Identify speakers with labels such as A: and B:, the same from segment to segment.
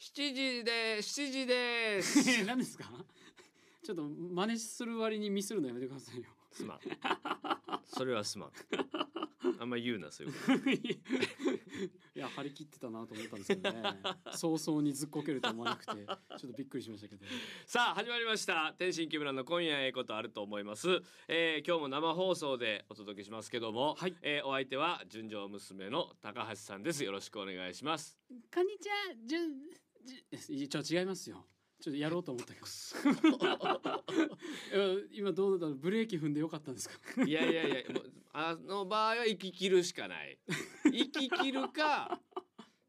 A: 7時で7時です
B: 何ですかちょっと真似する割にミスるのやめてくださいよ
C: すまん。それはすまん。あんま言うな、そういうこ
B: いや張り切ってたなと思ったんですけどね早々にずっこけると思わなくてちょっとびっくりしましたけど
C: と。 さあ、始まりました。天津木村の今夜ええことあると思います。えー、今日も生放送でお届けしますけども、
B: はい
C: えーお相手は純情娘の高橋さんです。よろしくお願いします。
B: こんにちはじゅんじゅちょ違いますよちょっとやろうと思ったけど いや今どうだったのブレーキ踏んでよかったんですか
C: いやいやいや、もうあの場合は行き切るしかない。行き切るか。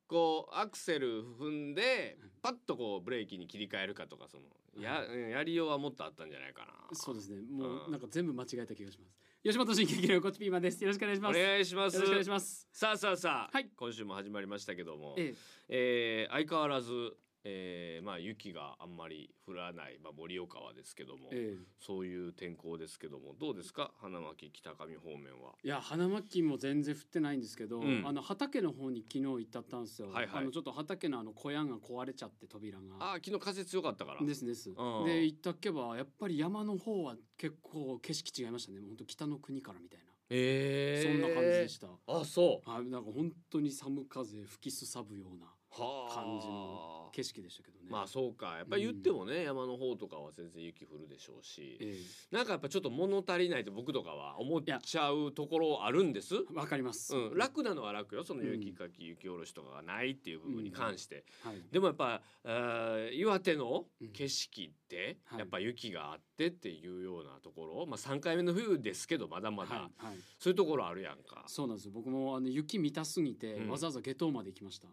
C: こうアクセル踏んでパッとこうブレーキに切り替えるかとかそのややりようはもっとあったんじゃないかな。
B: そうですねもうなんか全部間違えた気がします吉本新喜劇の横地ピーマンですよろしくお願いし
C: お
B: ます
C: 願いします。
B: よろしくお願いします
C: さあさあさあ、
B: はい
C: 今週も始まりましたけども、
B: ええ
C: えー相変わらず、えーまあ、雪があんまり降らない、まあ、盛岡はですけども、
B: ええ
C: そういう天候ですけどもどうですか花巻北上方面は。
B: いや花巻も全然降ってないんですけど、
C: うん
B: あの畑の方に昨日行ったったんですよ、
C: はいはい
B: あのちょっと畑のあの小屋が壊れちゃって扉が
C: あー昨日風強かったから。
B: ですです
C: うん
B: で行ったっけばやっぱり山の方は結構景色違いましたねもうほんと北の国からみたいな、
C: え。
B: そんな感じでしたたは
C: あそう。
B: いなんか本当に寒風吹きすさぶような
C: はあ。
B: 感じの景色でしたけどね
C: まあそうかやっぱり言ってもね、山の方とかは全然雪降るでしょうし、
B: え
C: なんかやっぱちょっと物足りないと僕とかは思っちゃうところあるんです。
B: わかります、
C: うん、楽なのは楽よその雪かき、雪下ろしとかがないっていう部分に関して、
B: はい
C: でもやっぱ、えー岩手の景色って、
B: はい
C: やっぱ雪があってっていうようなところ、まあ、3回目の冬ですけどまだまだ、
B: はいはい
C: そういうところあるやんか
B: そうなんですよ僕もあの雪見たすぎて、
C: うん
B: わざわざ下等まで行きました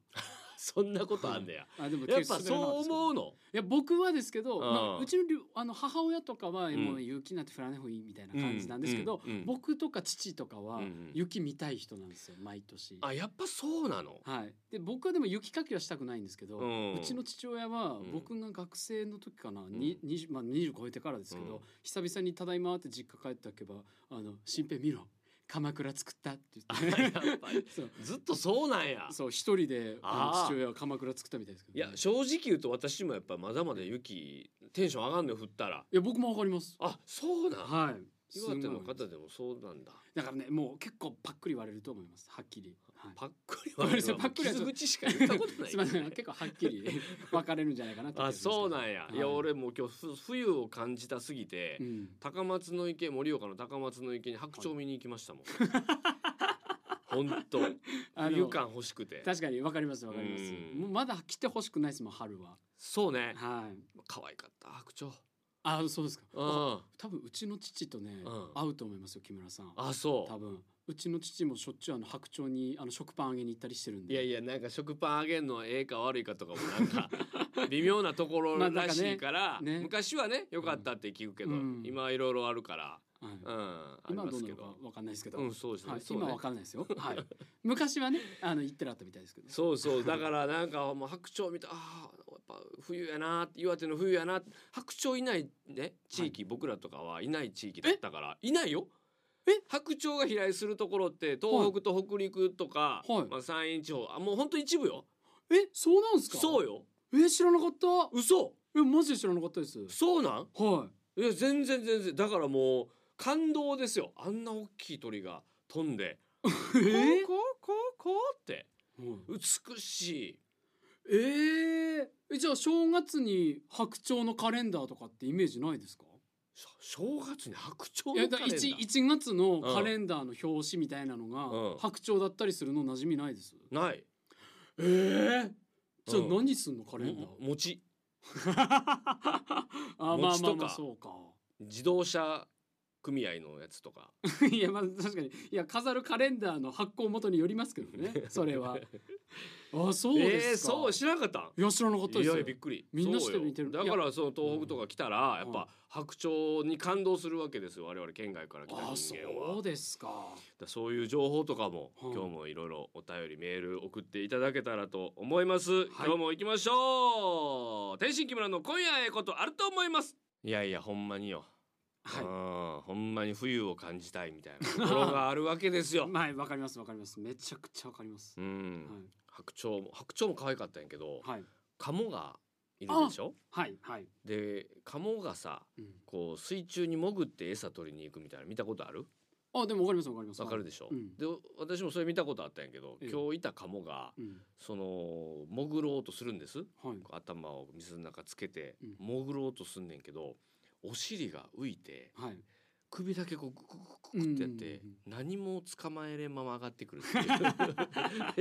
C: そんなことあんねや。
B: あでも
C: やっ
B: 決
C: ぱ
B: して滑らな
C: そう
B: かったですけど
C: 思うの
B: いや僕はですけど、
C: ん
B: まあ、うちのりょあの母親とかは
C: ん
B: もう雪なんて降らない方がいいみたいな感じなんですけど、
C: うんうんうん
B: 僕とか父とかは
C: うんうん
B: 雪見たい人なんですよ毎年。
C: あやっぱそうなの
B: はい、で僕はでも雪かきはしたくないんですけど、
C: う
B: うんちの父親は
C: ん
B: 僕が学生の時かな、に20まあ、20超えてからですけど、
C: うん
B: 久々に「ただいま」って実家帰っておけば「あの新平見ろ鎌倉作った」って言って、
C: やっぱり
B: そう
C: ずっとそうなんや。
B: そう一人であ
C: あ
B: の
C: ー
B: 父親は鎌倉作ったみたいですけど
C: い
B: ね、
C: や正直言うと私もやっぱまだまだ雪テンション上がんのよ降ったら。
B: いや僕もわかります。
C: あそうなん。
B: はい
C: 岩手の
B: すごい
C: 方でもそうなんだ。
B: だからねもう結構パックリ言われると思いますはっきり、はい
C: パックリ
B: ごめんなさい
C: は
B: パックリは
C: 傷口しか言ったことない。
B: すいません結構はっきり 分かれるんじゃないかなと思
C: あ
B: ってますけど
C: そうなんや。い、や
B: は
C: 俺もう今日ふ冬を感じたすぎて、
B: うん
C: 高松の池盛岡の高松の池に白鳥見に行きま したもん。本当
B: あの
C: 冬感欲しくて。
B: 確かに分かります分かります
C: うん
B: もうまだ来てほしくないですもん春は
C: そうね。
B: はい
C: 可愛かった白鳥。
B: あそうですか
C: うん。
B: 多分うちの父とね、
C: うん
B: 会うと思いますよ木村さん
C: あそう。
B: 多分うちの父もしょっちゅうあの白鳥にあの食パンあげに行ったりしてるんで
C: いやいやなんか食パンあげんのええか悪いかとかもなん か微妙なところらしいから、
B: まあなんかねね
C: 昔はね良かったって聞くけど、
B: うん
C: 今はいろいろあるから、
B: は
C: う
B: い
C: ん、あり
B: 今は
C: ま
B: どう
C: す
B: な
C: け
B: のか
C: ど。
B: 分かんないですけど、
C: うんそうですね
B: はい
C: そうね
B: 今は分かんないですよ、はい、 昔はねあの行ってらったみたいですけど
C: そうそうだからなんかもう白鳥見たあーやっぱ冬やな岩手の冬やな白鳥いないね地域、僕らとかはいない地域だったからいないよえ白鳥が飛来するところって東北と北陸とか、
B: はい
C: まあ、山陰地方あもうほんと一部よ
B: えそうなんですか
C: そううよ
B: え知らなかった
C: 嘘
B: えマジで知らなかったですは
C: そうなん
B: い
C: いや全然全然だからもう感動ですよあんな大きい鳥が飛んで「こ
B: え
C: うこうこうこう」って
B: はい
C: 美しい
B: えーえじゃあ正月に白鳥のカレンダーとかってイメージないですか
C: しょ正月に白
B: い
C: 鳥
B: や
C: の
B: だ
C: カレンダー
B: 1, 1月のカレンダーの表紙みたいなのが、
C: うん
B: 白鳥だったりするの馴染みないです
C: ない
B: えー、じゃあ
C: うん
B: 何すんのカレンダー、
C: も 餅
B: あまあ
C: 餅
B: ま
C: とか
B: あまあそうか
C: 自動車組合のやつとか
B: いやまあ確かにいや飾るカレンダーの発行元によりますけどねそれ はあそう
C: え
B: で
C: ー
B: すか、
C: そう知らなかったん
B: いや知らなかったで
C: いや
B: す
C: い
B: よ
C: やびっくり
B: みんなして
C: そうよ
B: 見てる
C: だからその東北とか来たらやっ
B: うん
C: ぱ白鳥に感動するわけですよ我々県外から来た
B: あ
C: 人間は
B: そうですか
C: だそういう情報とかも、
B: はい
C: 今日もいろいろお便りメール送っていただけたらと思います、今日も行きましょう天心木村の今夜ええことあると思いますいやいやほんまによ、
B: はい
C: うんほんまに冬を感じたいみたいな ところがあるわけですよ
B: はい、わかりますわかります。めちゃくちゃわかります
C: う。ん、
B: はい
C: 白鳥も白鳥も可愛かったんやけど、
B: はい。
C: 鴨がいるでしょ
B: はいはい。
C: で鴨がさ
B: うん
C: こう水中に潜って餌取りに行くみたいなの見たことある
B: あでもわかりますわかります。
C: わかるでしょ、
B: うん
C: で私もそれ見たことあったんやけど
B: ええ
C: 今日いた鴨が
B: うん
C: その潜ろうとするんです
B: はい。
C: 頭を水の中つけて
B: うん
C: 潜ろうとすんねんけどお尻が浮いて
B: はい。
C: 首だけこうグクグクグクってやって
B: うんうん
C: 何も捕まえれんまま上がってくるっていう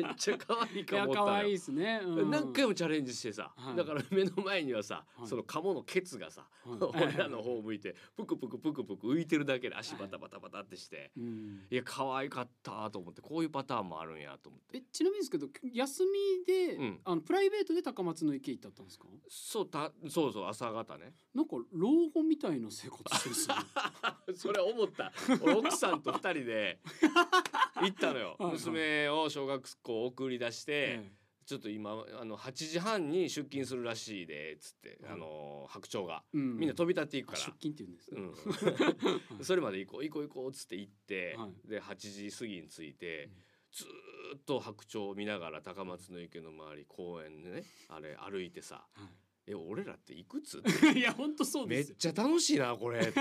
C: めっちゃ可愛い
B: いや
C: 鴨
B: 可
C: だ
B: 愛い
C: よ
B: ですね。うん
C: 何回もチャレンジしてさ、
B: はい
C: だから目の前にはさ、
B: はい
C: その鴨のケツがさ、
B: は い
C: 俺らの方を向いてプクプクプクプク浮いてるだけで足バタバタバタってして、
B: うん
C: い、や可愛かったと思ってこういうパターンもあるんやと思って
B: えちなみにですけど休みで、
C: うん
B: あのプライベートで高松の池行ったったんですか
C: そうたそうそう朝方ね
B: なんか老後みたいな生活してるっ すね
C: それ思った俺奥さんと二人で行ったのよ
B: はいはい
C: 娘を小学校送り出して、
B: え
C: ちょっと今あの8時半に出勤するらしいでっつって、
B: はい
C: あの白鳥が
B: えうん
C: みんな飛び立っていく
B: あ
C: から
B: 出、勤って言うんですね、
C: うん、 それまで行こう行こう行こうっつって行って、
B: は
C: で8時過ぎに着いて、
B: うん
C: ずーっと白鳥を見ながら高松の池の周り公園でねあれ歩いてさ「え俺らっていくつ?」って
B: はい、いや本当そう
C: め
B: で
C: っ
B: すよ
C: ちゃ楽しいな これ」って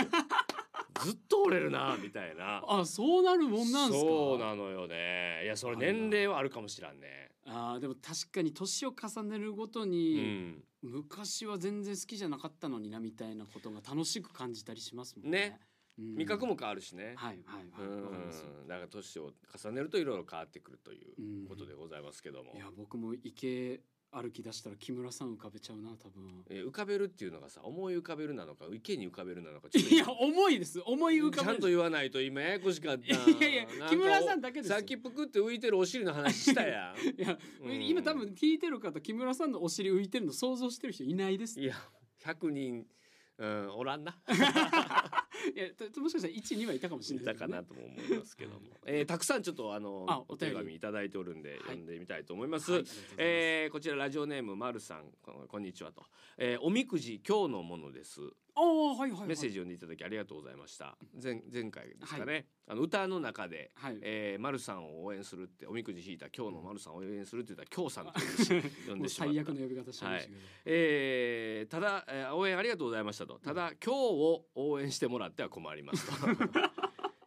C: ずっと折れるなみたいな。
B: あそうなるもんなんですか
C: そうなのよねいやそれ年齢はあるかもしらんね
B: あーでも確かに年を重ねるごと
C: う
B: に、
C: ん
B: 昔は全然好きじゃなかったのになみたいなことが楽しく感じたりしますもんね
C: ね
B: うん
C: 味覚も変わるしね
B: はいはいは
C: う
B: いわかりますよ
C: んだから年を重ねるといろいろ変わってくるということ
B: うん
C: でございますけども
B: いや僕も池歩き出したら木村さん浮かべちゃうな 多分
C: えー浮かべるっていうのがさ思い浮かべるなのか池に浮かべるなのかちょっと
B: いや重いです思い浮か
C: ちゃ
B: べ
C: ん
B: る
C: と言わないと今ややこしかった
B: いやいや
C: なんか
B: 木村さんだけですよ
C: さっきぷくって浮いてるお尻の話したやん
B: いや、
C: うん
B: 今多分聞いてる方木村さんのお尻浮いてるの想像してる人いないです
C: いや100人うんおらんな
B: いやともしかしたら12はいたかもし
C: 死
B: れ
C: ん
B: な
C: だ
B: いですけ
C: か
B: どね、
C: なとも思いますけ ども、えーたくさんちょっとあの
B: あ
C: お
B: お
C: 手
B: 便り
C: 紙いただいておるんで、
B: い
C: 読んでみたいと思います、
B: はいありがとうございます
C: えーこちらラジオネームまるさんここんにちはと、えーおみくじ今日のものです
B: ああはいはい、はい、
C: メッセージ読んでいただきありがとうございました前前回ですかね、あの歌の中で
B: はい、
C: えー、丸さんを応援するっておみくじ引いた今日の丸さんを応援するって言ったら今日さんって呼ん
B: も
C: で
B: う
C: しまっ
B: 最
C: た
B: 悪の呼び方してましたけど、
C: えーただ、えー応援ありがとうございましたとただ今日を応援してもらっては困りますと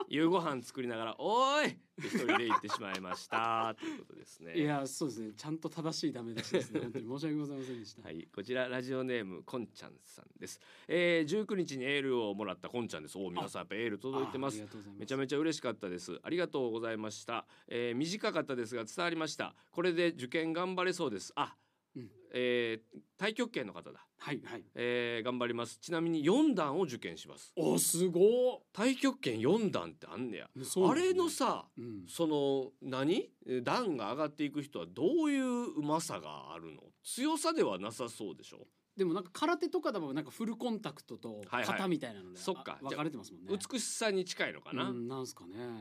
C: 夕ご飯作りながら「おーい!」って一人で行ってしまいましたということですね
B: い、やそうですねちゃんと正しいダメ出しですね本当に申し訳ございませんでした、
C: はい、こちらラジオネームこんちゃんさんです、えー、19日にエールをもらったこんちゃんですおお皆さんやっぱエール届いてます
B: あありがとうございます
C: めちゃめちゃ嬉しかったですありがとうございました、えー短かったですが伝わりましたこれで受験頑張れそうですあ、
B: うん
C: えー、太極拳の方だ、
B: はいはい
C: えー頑張りますちなみに4段を受験します
B: おすご
C: 太極拳4段ってあんねや、
B: ーそうな
C: あ
B: んですね
C: れのさ
B: うん
C: その何えー段が上がっていく人はどういううまさがあるの強さではなさそうでしょ
B: でもなんか空手とかでもなんかフルコンタクトと
C: はいはい
B: 型みたいなので、
C: そっか
B: あ分かれてますもんね
C: 美しさに近いのかな、
B: うん、なんすかね、
C: うん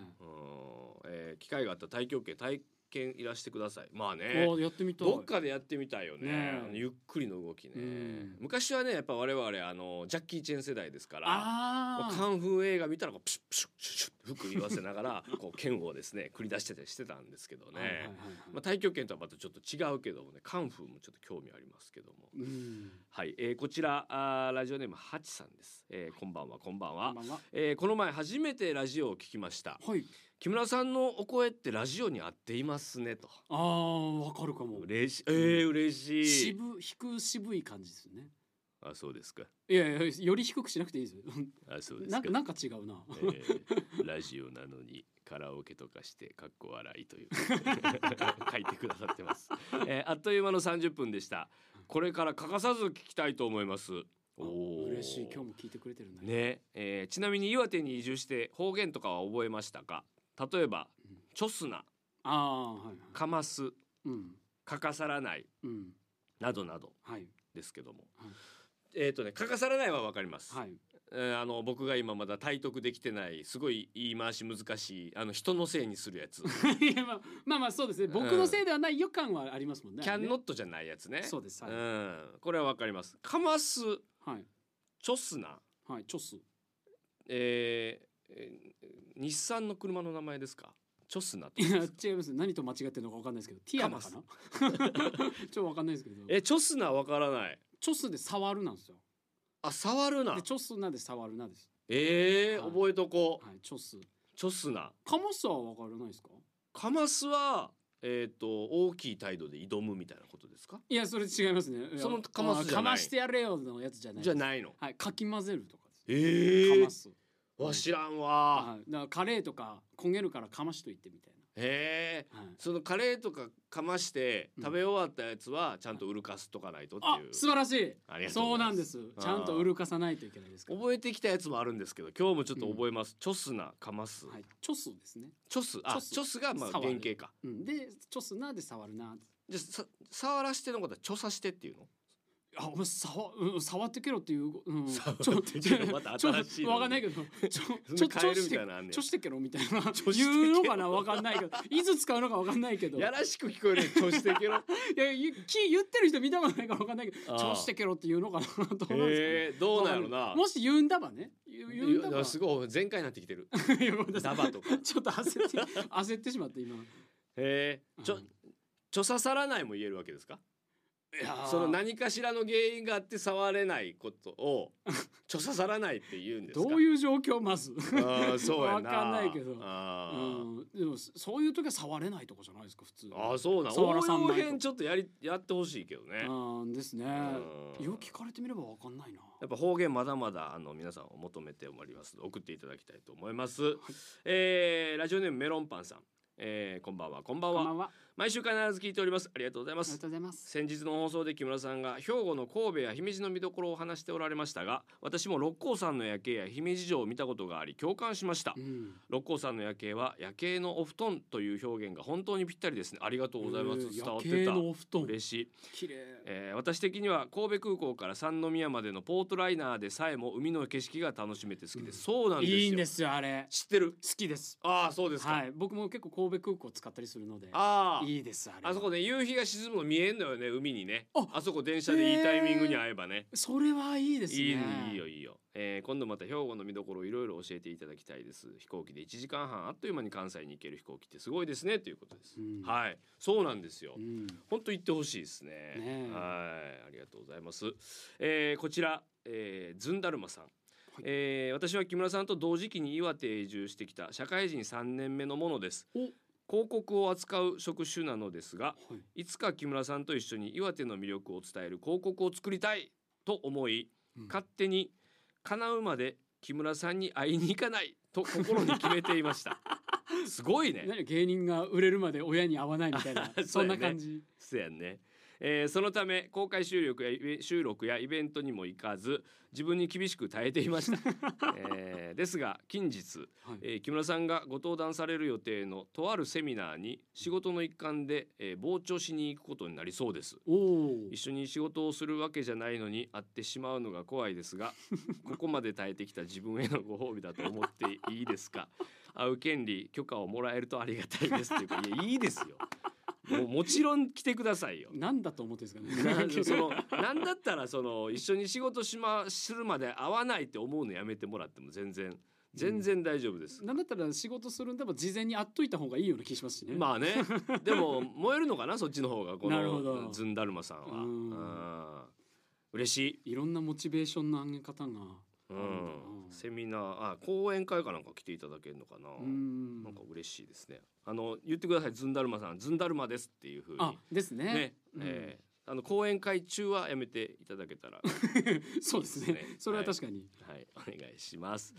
C: えー機会があったら太極拳体験いらしてくださいまあね
B: ああやってみたい
C: どっかでやってみたいよね
B: ねえ
C: ゆっくりの動きね、
B: うん
C: 昔はねやっぱ我々あのジャッキー・チェン世代ですからま
B: あ
C: あ
B: あ
C: カンフー映画見たらこうプシュップシュップシュップシュッ服言わせなが らこう剣をですね繰り出してたりしてたんですけどね、
B: はいはいはいは
C: ま
B: い
C: あ、太極拳とはまたちょっと違うけどもねカンフーもちょっと興味ありますけども
B: うん
C: はい、えーこちらあーラジオネームハチさんです、えーこんばんはこんばんは、
B: まあま
C: えーこの前初めてラジオを聞きました
B: あはい
C: 木村さんのお声ってラジオに合っていますねと
B: ああわかるかも
C: 嬉しいえー、嬉しい
B: 渋低渋い感じですよね
C: あそうですか
B: いやいやより低くしなくていいですよ
C: あそうですか
B: なんかなんか違うな
C: えーラジオなのにカラオケとかしてかっ こ笑いという書いてくださってます、えーあっという間の30分でしたこれから欠かさず聞きたいと思います
B: あ
C: ー
B: 嬉しい今日も聞いてくれてるんだ
C: ね、えーちなみに岩手に移住して方言とかは覚えましたか例えば
B: うん
C: チョスナ
B: ああはいはい
C: かます
B: うん
C: 欠かさらない
B: うん
C: などなど
B: はい
C: ですけども、
B: はい
C: えっ、とね欠かさらないはわかります、
B: はい
C: えーあの僕が今まだ体得できてないすごい言い回し難しいあの人のせいにするやつ
B: いやまあまあまあそうですね僕のせいではない予感はありますもんね
C: キャンノッ
B: ね
C: トじゃないやつね
B: そうですは
C: う
B: い
C: ん、これはわかりますかます
B: はい
C: チョスナ、
B: はいチョス
C: えーえー日産の車の名前ですかチョスナって
B: いや違います何と間違ってるのか分かんないですけどティアナかな ちょっと分かんないですけど
C: えチョスナわからない
B: チョスで触るなんですよ
C: あ触るな
B: でチョスなんで触るなです
C: えー
B: はい
C: 覚えとこう
B: はいチョス
C: チョスナ
B: カモスは分からないですか
C: カマスはえっ、と大きい態度で挑むみたいなことですか
B: いやそれ違いますねいや
C: そのかますじゃない
B: あかましてやれよのやつじゃない
C: じゃ
B: い
C: ないの
B: はいかき混ぜるとかです
C: え
B: か
C: ー
B: ま、す
C: わ知らんわ
B: はいだからカレーとか焦げるからかましといてみたい
C: へえ
B: なはい
C: そのカレーとかかまして
B: うん
C: 食べ終わったやつはちゃんとうるかすとかないとって
B: あ
C: いう、
B: 素晴らしい
C: ありがとご
B: そう
C: ざい
B: な
C: ま
B: んですちゃんとうるかさないといけないですから
C: 覚えてきたやつもあるんですけど今日もちょっと覚えます、チョスナかます、
B: はいチョスですね
C: チョスあチ
B: チ
C: ョ
B: ョ
C: ス
B: ス
C: がまあ
B: 触
C: 原
B: る
C: 型か
B: うんでチョスなで触るな
C: じゃあさ触らしてのことはチョさしてっていうの
B: あ、お前触、うん、触ってけろっていう、う ん、
C: 触ってけろまた新しいの
B: わかんないけど、ちょ、 ちょ、ち
C: 変え
B: ょ
C: る
B: し
C: み
B: て
C: たいなのあんねん
B: ちょしてけろみたいな
C: ちょしてけろ
B: 言うのかなわかんないけど、いつ使うのかわかんないけど、い
C: や
B: や
C: らしく聞こえるチョして けろ
B: ゆき言ってる人見たことないからわかんないけ
C: あ
B: ど、
C: ー
B: ちょしてけろって言うのかなどうなんですかね。
C: えー、どうなんやろ
B: わかん
C: ない
B: もし言うんだばね、言う言うんだ
C: い
B: ば。
C: やすごい全開になってきて る
B: いやごめんなさ
C: ダ
B: い
C: バとか
B: ちょっと焦って 焦ってしまって今。
C: へえちょ、
B: うん
C: ちょささらないも言えるわけですか
B: いやー
C: その何かしらの原因があって触れないこと をちょささらないって言うんですか
B: どう いう状況まず。
C: あーそうやな
B: わかんないけどう
C: あー、
B: ん、でもそういう時は触れないとこじゃないですか普通。
C: あーそうなん
B: 触らさんない
C: 応
B: と
C: 用編ちょっとやりやってほしいけどね
B: うんですね。
C: うん
B: よく聞かれてみればわかんないな。
C: やっぱ方言まだまだあの皆さんを求めております送っていただきたいと思います、えーラジオネームメロンパンさん、えーこんばんはこんばん
B: こ
C: は
B: んばんは。あ
C: 毎週必ず聞いておりますありがとうございま
B: りが
C: す
B: とうございます。
C: 先日の放送で木村さんが兵庫の神戸や姫路の見どころを話しておられましたが私も六甲山の夜景や姫路城を見たことがあり共感しました
B: うん。
C: 六甲山の夜景は夜景のお布団という表現が本当にぴったりですねありがとうございます
B: えー
C: 伝わって
B: 夜景
C: た
B: のお布団。
C: 嬉しい
B: 綺麗。
C: えー私的には神戸空港から三宮までのポートライナーでさえも海の景色が楽しめて好きです、そうなんですよ
B: いいんですよあれ。
C: 知ってる
B: 好きです。
C: ああそうですか、
B: はい。僕も結構神戸空港使ったりするので。
C: ああ
B: いいですあれ。
C: あそこね夕日が沈むの見えんのよね海にねあ
B: あ
C: そこ電車でいいタイミングに会えばね、
B: それはいいですね。
C: いいいいよいいよ、えー今度また兵庫の見どころをいろいろ教えていただきたいです飛行機で1時間半あっという間に関西に行ける飛行機ってすごいですねということです、
B: うん
C: はいそうなんですよ、
B: うん。
C: 本当行ってほしいですね
B: ねえ
C: はいありがとうございます、えーこちら、えー、ずんだるまさん、えー私は木村さんと同時期に岩手へ移住してきた社会人3年目のものです
B: お
C: 広告を扱う職種なのですが
B: はい。
C: いつか木村さんと一緒に岩手の魅力を伝える広告を作りたいと思い
B: うん
C: 勝手に叶うまで木村さんに会いに行かないと心に決めていました すごいね
B: 何芸人が売れるまで親に会わないみたいな
C: そうやね
B: そんな感じ。
C: そうやんね、えーそのため公開収録やイベ収録やイベントにも行かず自分に厳しく耐えていま した、えーですが近日、
B: はい
C: えー木村さんがご登壇される予定のとあるセミナーに仕事の一環で、えー傍聴しに行くことになりそうです
B: おお。
C: 一緒に仕事をするわけじゃないのに会ってしまうのが怖いですがここまで耐えてきた自分へのご褒美だと思っていいですか会う権利許可をもらえるとありがたいですっていうかいやいいですよもうもちろん来てくださいよ
B: なんだと思ってるんですか
C: な
B: ね。
C: そのなんだったらその一緒に仕事しまするまで会わないって思うのやめてもらっても全然全然大丈夫です、
B: なんだったら仕事するんだも事前に会っといた方がいいような気しますしね。
C: まあねでも燃えるのかなそっちの方がこ
B: なるほど
C: のずんだるまさんはう
B: う
C: ん
B: ん
C: 嬉しい
B: いろんなモチベーションの上げ方が。
C: う
B: あるんだ
C: ん、
B: な
C: セミナーあ講演会かなんか来ていただけるのかな、
B: うん
C: なんか嬉しいですねあの言ってくださいずんだるまさんずんだるまですっていうふう
B: あ
C: に
B: ですね。
C: ね、
B: うん
C: えーあの講演会中はやめていただけたら
B: そうです
C: いい
B: ね
C: ですね。
B: それは確かに。
C: はいお願いします、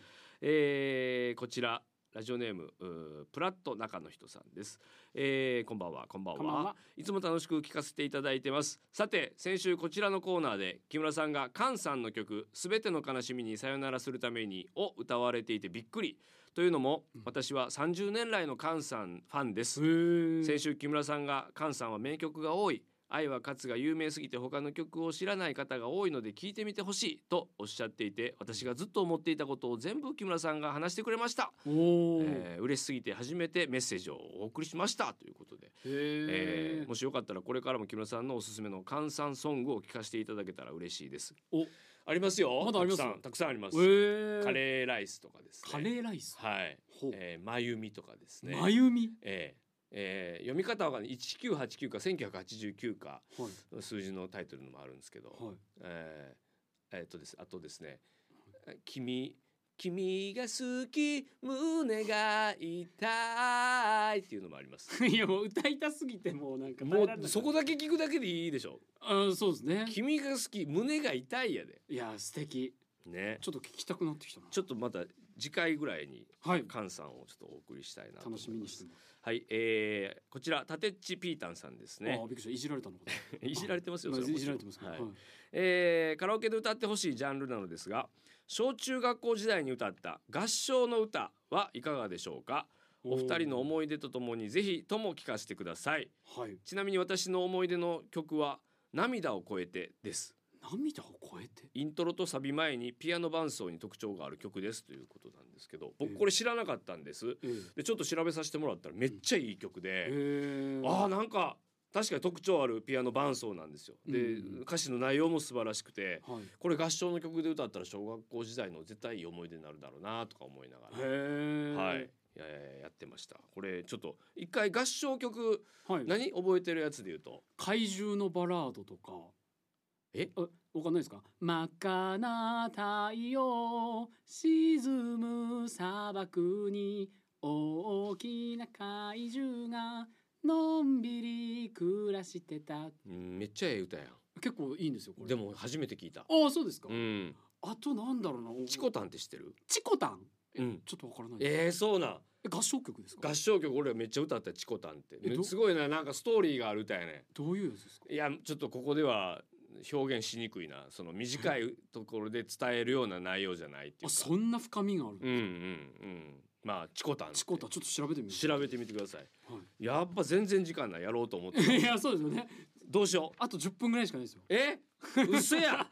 C: えーこちらラジオネームうープラット中の人さんです、えーこんばんはこんばんは
B: こんばんはい
C: つも楽しく聞かせていただいてますさて先週こちらのコーナーで木村さんがカンさんの曲すべての悲しみにさよならするためにを歌われていてびっくりというのも
B: うん
C: 私は30年来のカンさんファンです、
B: へえ
C: 先週木村さんが「菅さんは名曲が多い愛は勝つが有名すぎて他の曲を知らない方が多いので聞いてみてほしいとおっしゃっていて私がずっと思っていたことを全部木村さんが話してくれました、
B: おお、
C: えー、嬉しすぎて初めてメッセージをお送りしましたということで、え
B: へえ
C: ーもしよかったらこれからも木村さんのおすすめの換算ソングを聞かせていただけたら嬉しいです
B: お
C: ありますよ
B: まだあります
C: たくさんたくさんあります、
B: え
C: カレーライスとかですね
B: カレーライス
C: はい、
B: ほう、
C: えー、まゆみとかですね
B: まゆみ
C: えーえー読み方はわかんない1989か1989か
B: はい
C: 数字のタイトルのもあるんですけど、
B: はい。
C: えーえーっとですあとですね「君君が好き胸が痛い」っていうのもあります
B: いやもう歌いたすぎてもうなんか
C: もうそこ
B: だ
C: だけ聞くだけでいいでしょ。
B: あそうですね
C: 君が好き胸が痛いやで。
B: いや素敵
C: ね。
B: ちょっと聞きたくなってきたな
C: ちょっとまた次回ぐらいに
B: はい
C: 菅さんをちょっとお送りしたいなと思います
B: 楽しみにしてます、
C: はい、えー、こちらタテッチピータンさんです
B: ああ
C: ね
B: ーびっくりしたいじられたのかと
C: いじられてますよ
B: まあ
C: それは
B: い
C: もち
B: じら
C: ろん
B: れてますけど、
C: はい
B: はい
C: えーカラオケで歌ってほしいジャンルなのですが小中学校時代に歌った合唱の歌はいかがでしょうかお二人の思い出とともにぜひとも聞かせてください
B: はい
C: ちなみに私の思い出の曲は涙を超えてです
B: 涙を超えて
C: イントロとサビ前にピアノ伴奏に特徴がある曲ですということなんですけど
B: え
C: 僕
B: え
C: これ知らなかったんです
B: え
C: でちょっと調べさせてもらったらめっちゃいい曲で、
B: えへえ
C: あーなんか確かに特徴あるピアノ伴奏なんですよ。で、
B: うん
C: 歌詞の内容も素晴らしくて
B: はい
C: これ合唱の曲で歌ったら小学校時代の絶対いい思い出になるだろうなとか思いなが
B: へえ
C: ら、はい、ややってました。これちょっと一回合唱曲
B: はい
C: 何覚えてるやつで言うと
B: 怪獣のバラードとか
C: え
B: あわかんないですか真っ赤な太陽沈む砂漠に大きな怪獣がのんびり暮らしてた
C: うんめっちゃええ歌やん。
B: 結構いいんですよこれ
C: でも初めて聞いた。
B: ああそうですか、
C: うん。
B: あとなんだろうな
C: チコタンって知ってる？
B: チコタン
C: うん。
B: ちょっとわからないです
C: えー、そうなん。
B: え合唱曲ですか
C: 合唱曲俺めっちゃ歌ったチコタンって
B: えど
C: すごいななんかストーリーがある歌やね。
B: どういうやつですか
C: いやちょっとここでは表現しにくいなその短いところで伝えるような内容じゃないってい
B: あ
C: うか
B: そんな深みがある、
C: うんうんうんまあチコタンって
B: チコタンちょっと調べてみよ
C: 調べてみてください、
B: は
C: やっぱ全然時間ないやろうと思って
B: うい
C: た
B: やそうですよね
C: どうしよう
B: あと10分ぐらいしかないですよ
C: え嘘や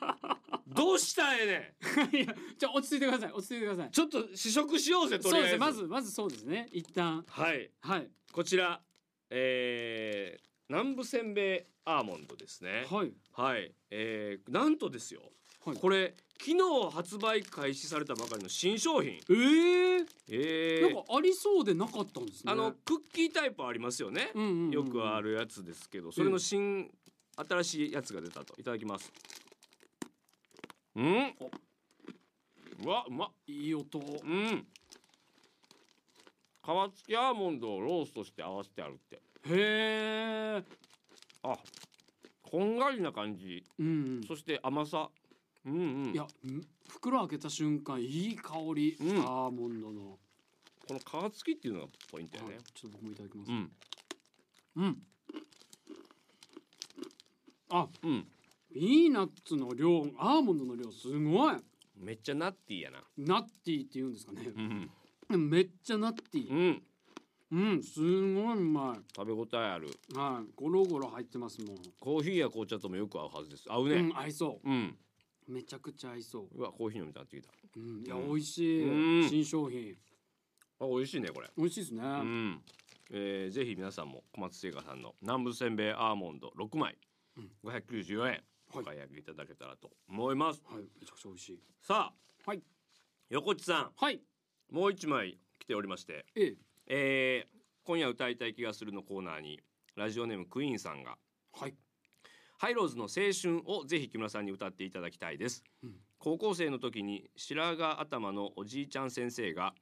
C: どうしたんやねん
B: いや、じゃ落ち着いてください。落ち着いてください。
C: ちょっと試食しようぜとり
B: そう
C: あ
B: で
C: えず
B: すね。まずまずそうですね。一旦
C: はい
B: はい
C: こちらえー、南部せんべいアーモンドですね
B: はい
C: はい、えー、なんとですよ
B: はい。
C: これ昨日発売開始されたばかりの新商品
B: ええ
C: え
B: な
C: ー
B: んかありそうでなかったんですね。
C: あのクッキータイプありますよね
B: うんうんうんうん
C: よくあ。るやつですけどそれの新新しいやつが出たといただきますうんうわうまっ
B: いい音。
C: うん皮付きアーモンドをローストして合わせてあるって
B: へえ。
C: あこんがりな感じ
B: うんうん。
C: そして甘さうんうん
B: いや、ん袋開けた瞬間いい香り。
C: うん
B: アーモンドの。
C: この皮付きっていうのがポイントや
B: は
C: ね
B: いちょっと僕もいただきます
C: う。ん
B: うん。あ、
C: うん
B: ピーナッツの量、アーモンドの量すごい。
C: めっちゃナッティーやな
B: ナッティーって言うんですかね。
C: うん
B: めっちゃナッティー
C: う。ん
B: うん、すごいうま
C: 食べ応えある
B: い。はい、ゴロゴロ入ってますもん。
C: コーヒーや紅茶ともよく合うはずです合う
B: う
C: ね
B: ん、合いそ
C: うん、
B: う。めちゃくちゃ合いそう
C: わコーヒー飲みたくなってきた
B: う。うん、いや、
C: うん
B: 美味し
C: うん
B: い。新商品。
C: あ美味しいねこれ
B: 美味しいですね。
C: う
B: は
C: ん、えー、ぜひ皆さんも小松製菓さんの南部せんべいアーモンド6枚
B: うん
C: 594円
B: は
C: お
B: い
C: 買い上げいただけたらと思います、
B: い、めちゃくちゃ美味しい。
C: さあ、
B: はい、
C: 横地さ
B: はい、
C: んもう1枚来ておりまして、
B: ええ、
C: えー、今夜歌いたい気がするのコーナーにラジオネームクイーンさんが
B: はい。
C: ハイローズの青春をぜひ木村さんに歌っていただきたいです、
B: うん
C: 高校生の時に白髪頭のおじいちゃん先生が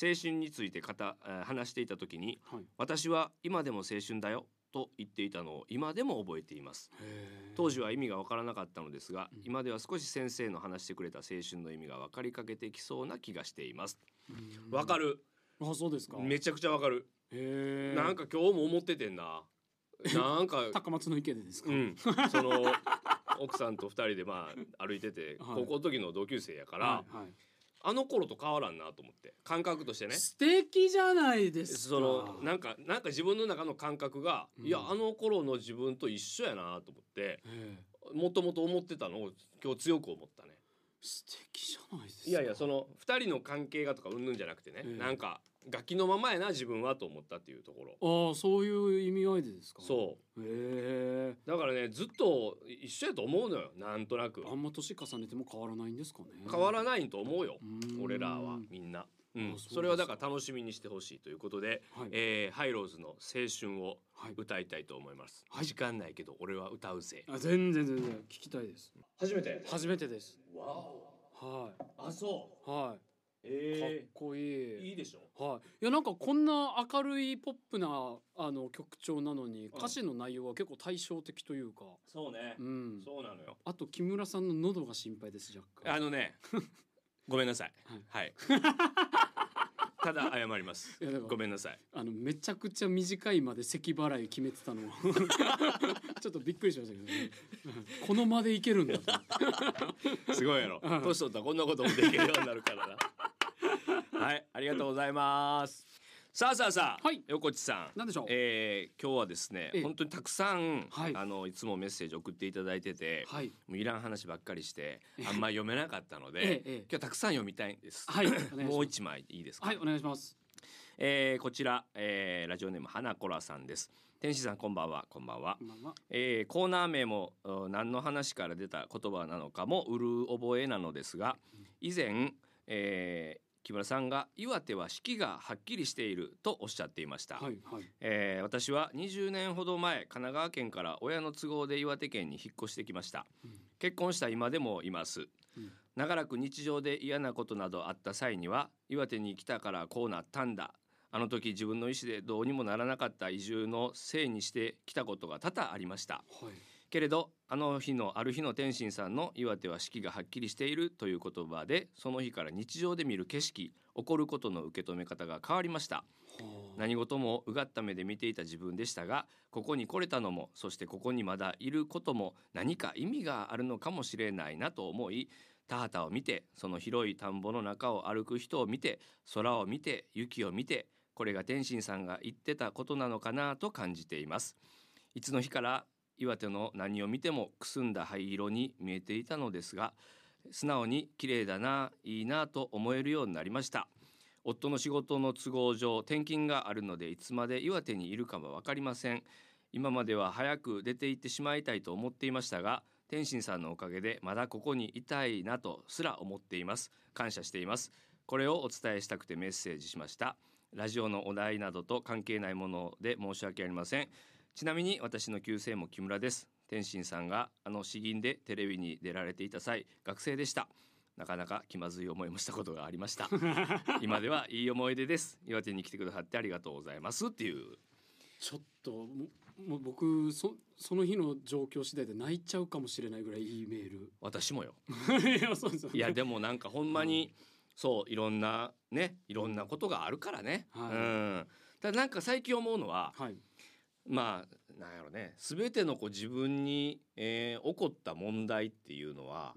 C: 青春について語えー話していた時に
B: はい。
C: 私は今でも青春だよと言っていたのを今でも覚えています
B: へー
C: 当時は意味がわからなかったのですが、
B: うん
C: 今では少し先生の話してくれた青春の意味が分かりかけてきそうな気がしています
B: うん
C: わ、か。る
B: あ、そうですか。
C: めちゃくちゃわかる、
B: へえ。
C: なん
B: か。
C: か今日も思っててん ななんか
B: 高松の池でですか。
C: う。ん、その奥さんと二人でまあ歩いてて
B: はい
C: 高校の時の同級生やから、
B: はい。はい。
C: あの頃と変わらんなと思って感覚としてね
B: 素敵じゃないですか
C: そのなんかなんか自分の中の感覚が、
B: うん
C: いやあの頃の自分と一緒やなと思って
B: ええ
C: もともと思ってたのを今日強く思ったね
B: 素敵じゃないですか
C: いやいやその2人の関係がとかうんぬんじゃなくてね、
B: ええ
C: なんかガキのままやな自分はと思ったっていうところ
B: ああそういう意味合いでですか
C: そう
B: へえ
C: うだからねずっと一緒やと思うのよなんとなく
B: あんま年重ねても変わらないんですかね
C: 変わら
B: い
C: ないと思うよ俺らはみんな、うん
B: あそうですか
C: それはだから楽しみにしてほしいということで、
B: はい、
C: えーハイローズの青春を
B: はい、
C: 歌いたいと思います、
B: はい
C: 時間ないけど俺は歌うぜ
B: あ全然全然聞きたいです
C: 初めて
B: 初めてです
C: わお
B: は
C: あそ
B: い
C: う
B: はいかっ
C: え
B: こいい
C: いいでしょ
B: はい、いやなんかこんな明るいポップなあの曲調なのに
C: うん
B: 歌詞の内容は結構対照的というか、
C: そうね
B: うん、
C: そうなのよ
B: あと木村さんの喉が心配です若干
C: あのね ごめんなさいはいただ謝ります
B: いやだから
C: ごめんなさい
B: あのめちゃくちゃ短いまで咳払い決めてたの ちょっとびっくりしましたけど、ね、 この間でいけるんだと思って
C: すごいやろ
B: うん
C: 年取ったらこんなこともできるようになるから なはいありがとうございますさあさあさあ、
B: はい
C: 横地さん
B: 何でしょう
C: えー今日はですね
B: ええ
C: 本当にたくさん、
B: はい
C: あのいつもメッセージ送っていただいてて、
B: はい
C: もういらん話ばっかりして
B: ええ
C: あんま読めなかった ので、
B: ええええ
C: 今日はたくさん読みたいんです、
B: はいお願いします
C: もう一枚いいですか、
B: はいお願いします
C: えーこちら、えーラジオネーム花子らさんです天使さんこんばんはこんばんは、
B: まあまあ
C: えーコーナー名もうん何の話から出た言葉なのかもうる覚えなのですが以前、えー木村さんが岩手は四季がはっきりしているとおっしゃっていました、
B: はいはい
C: えー私は20年ほど前神奈川県から親の都合で岩手県に引っ越してきました
B: うん
C: 結婚した今でもいます
B: うん
C: 長らく日常で嫌なことなどあった際には岩手に来たからこうなったんだあの時自分の意思でどうにもならなかった移住のせいにしてきたことが多々ありました
B: はい
C: けれどあの日のある日の天心さんの「岩手は四季がはっきりしている」という言葉でその日から日常で見る景色起こることの受け止め方が変わりました
B: はあ
C: 何事もうがった目で見ていた自分でしたがここに来れたのもそしてここにまだいることも何か意味があるのかもしれないなと思い田畑を見てその広い田んぼの中を歩く人を見て空を見て雪を見てこれが天心さんが言ってたことなのかなと感じていますいつの日から岩手の何を見てもくすんだ灰色に見えていたのですが素直に綺麗だないいなと思えるようになりました夫の仕事の都合上転勤があるのでいつまで岩手にいるかは分かりません今までは早く出て行ってしまいたいと思っていましたが天心さんのおかげでまだここにいたいなとすら思っています感謝していますこれをお伝えしたくてメッセージしましたラジオのお題などと関係ないもので申し訳ありませんちなみに私の旧姓も木村です天心さんがあの詩吟でテレビに出られていた際学生でしたなかなか気まずい思いもしたことがありました今ではいい思い出です岩手に来てくださってありがとうございますっていう
B: ちょっとももう僕そその日の状況次第で泣いちゃうかもしれないぐらいいいメール
C: 私 もよ
B: いやそうですよね
C: いやでもなんかほんまに、そういろんなねいろんなことがあるからね、
B: は
C: う
B: い
C: んただなんか最近思うのは
B: はい
C: まあなんやろね全てのこう自分に、えー起こった問題っていうのは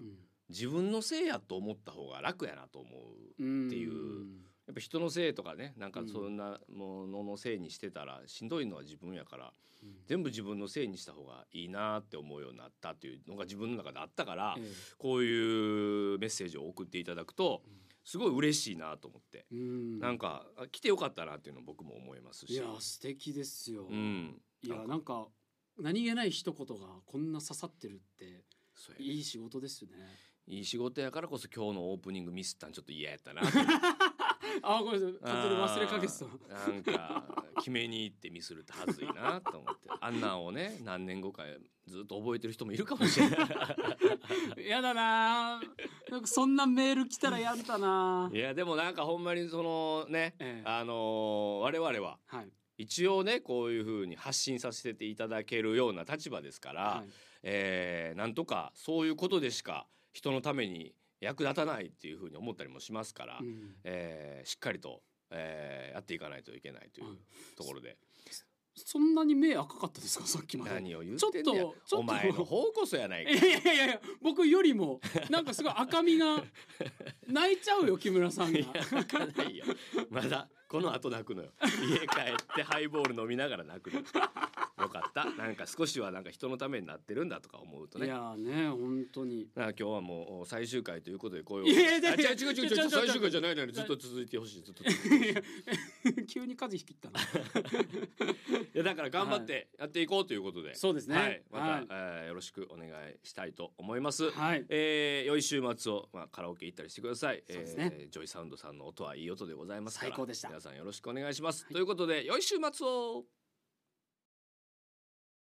C: 自分のせいやと思った方が楽やなと思う
B: うん、
C: っていうんやっぱ人のせいとかねなんかそんなもののせいにしてたらしんどいのは自分やから
B: うん
C: 全部自分のせいにした方がいいなって思うようになったっていうのが自分の中であったから
B: え
C: こういうメッセージを送っていただくと
B: うん
C: すごい嬉しいなと思って
B: えうん
C: なんかあ来てよかったなっていうの僕も思います
B: い
C: し
B: や。素敵ですよ、
C: うん
B: いや
C: なんか
B: なんか何気ない一言がこんな刺さってるって
C: そうや
B: いい仕事ですよね
C: いい仕事やからこそ今日のオープニングミスったんちょっと嫌やったな
B: あごめんなさい完全に忘れかけてた
C: あーなんか決めに行ってミスるってはずいなと思ってあんなんをね何年後かずっと覚えてる人もいるかもしれない
B: やだなーなんかそんなメール来たらやだなー
C: いやでもなんかほんまにそのね、
B: ええ
C: あのー我々は
B: はい
C: 一応ねこういう風に発信させていただけるような立場ですから、
B: はい
C: えーなんとかそういうことでしか人のために役立たないっていう風に思ったりもしますから、
B: うん
C: えーしっかりと、えーやっていかないといけないという
B: はい
C: ところで、
B: そんなに目赤かったですかさっきまで
C: 何を言っ
B: ちょって
C: ん
B: と
C: ね
B: ち
C: や
B: ょっと
C: お前の方こそやない
B: いや
C: か
B: いやいやいや僕よりもなんかすごい赤みが 泣いちゃうよ木村さんが
C: いや泣かないよまだこの後泣くのよ家帰ってハイボール飲みながら泣くのよよかったなんか少しはなんか人のためになってるんだとか思うと
B: い
C: ね
B: やーね本当に
C: だから今日はもう最終回ということで声を
B: いやいや
C: あ
B: いや
C: 違う違う違う
B: ち
C: 違う
B: ょちょ
C: 最終回じゃないのにずっと続いてほしいずっと続いてほしい
B: 急に風邪ひきったな
C: いやだから頑張ってやっていこうということで、
B: そうですね
C: はい、また、
B: はい
C: えーよろしくお願いしたいと思います。
B: はい
C: えー良い週末を、まあ、カラオケ行ったりしてください、
B: そうですね
C: えージョイサウンドさんの音はいい音でございますから
B: 最高でした
C: 皆さんよろしくお願いします、ということで良い週末を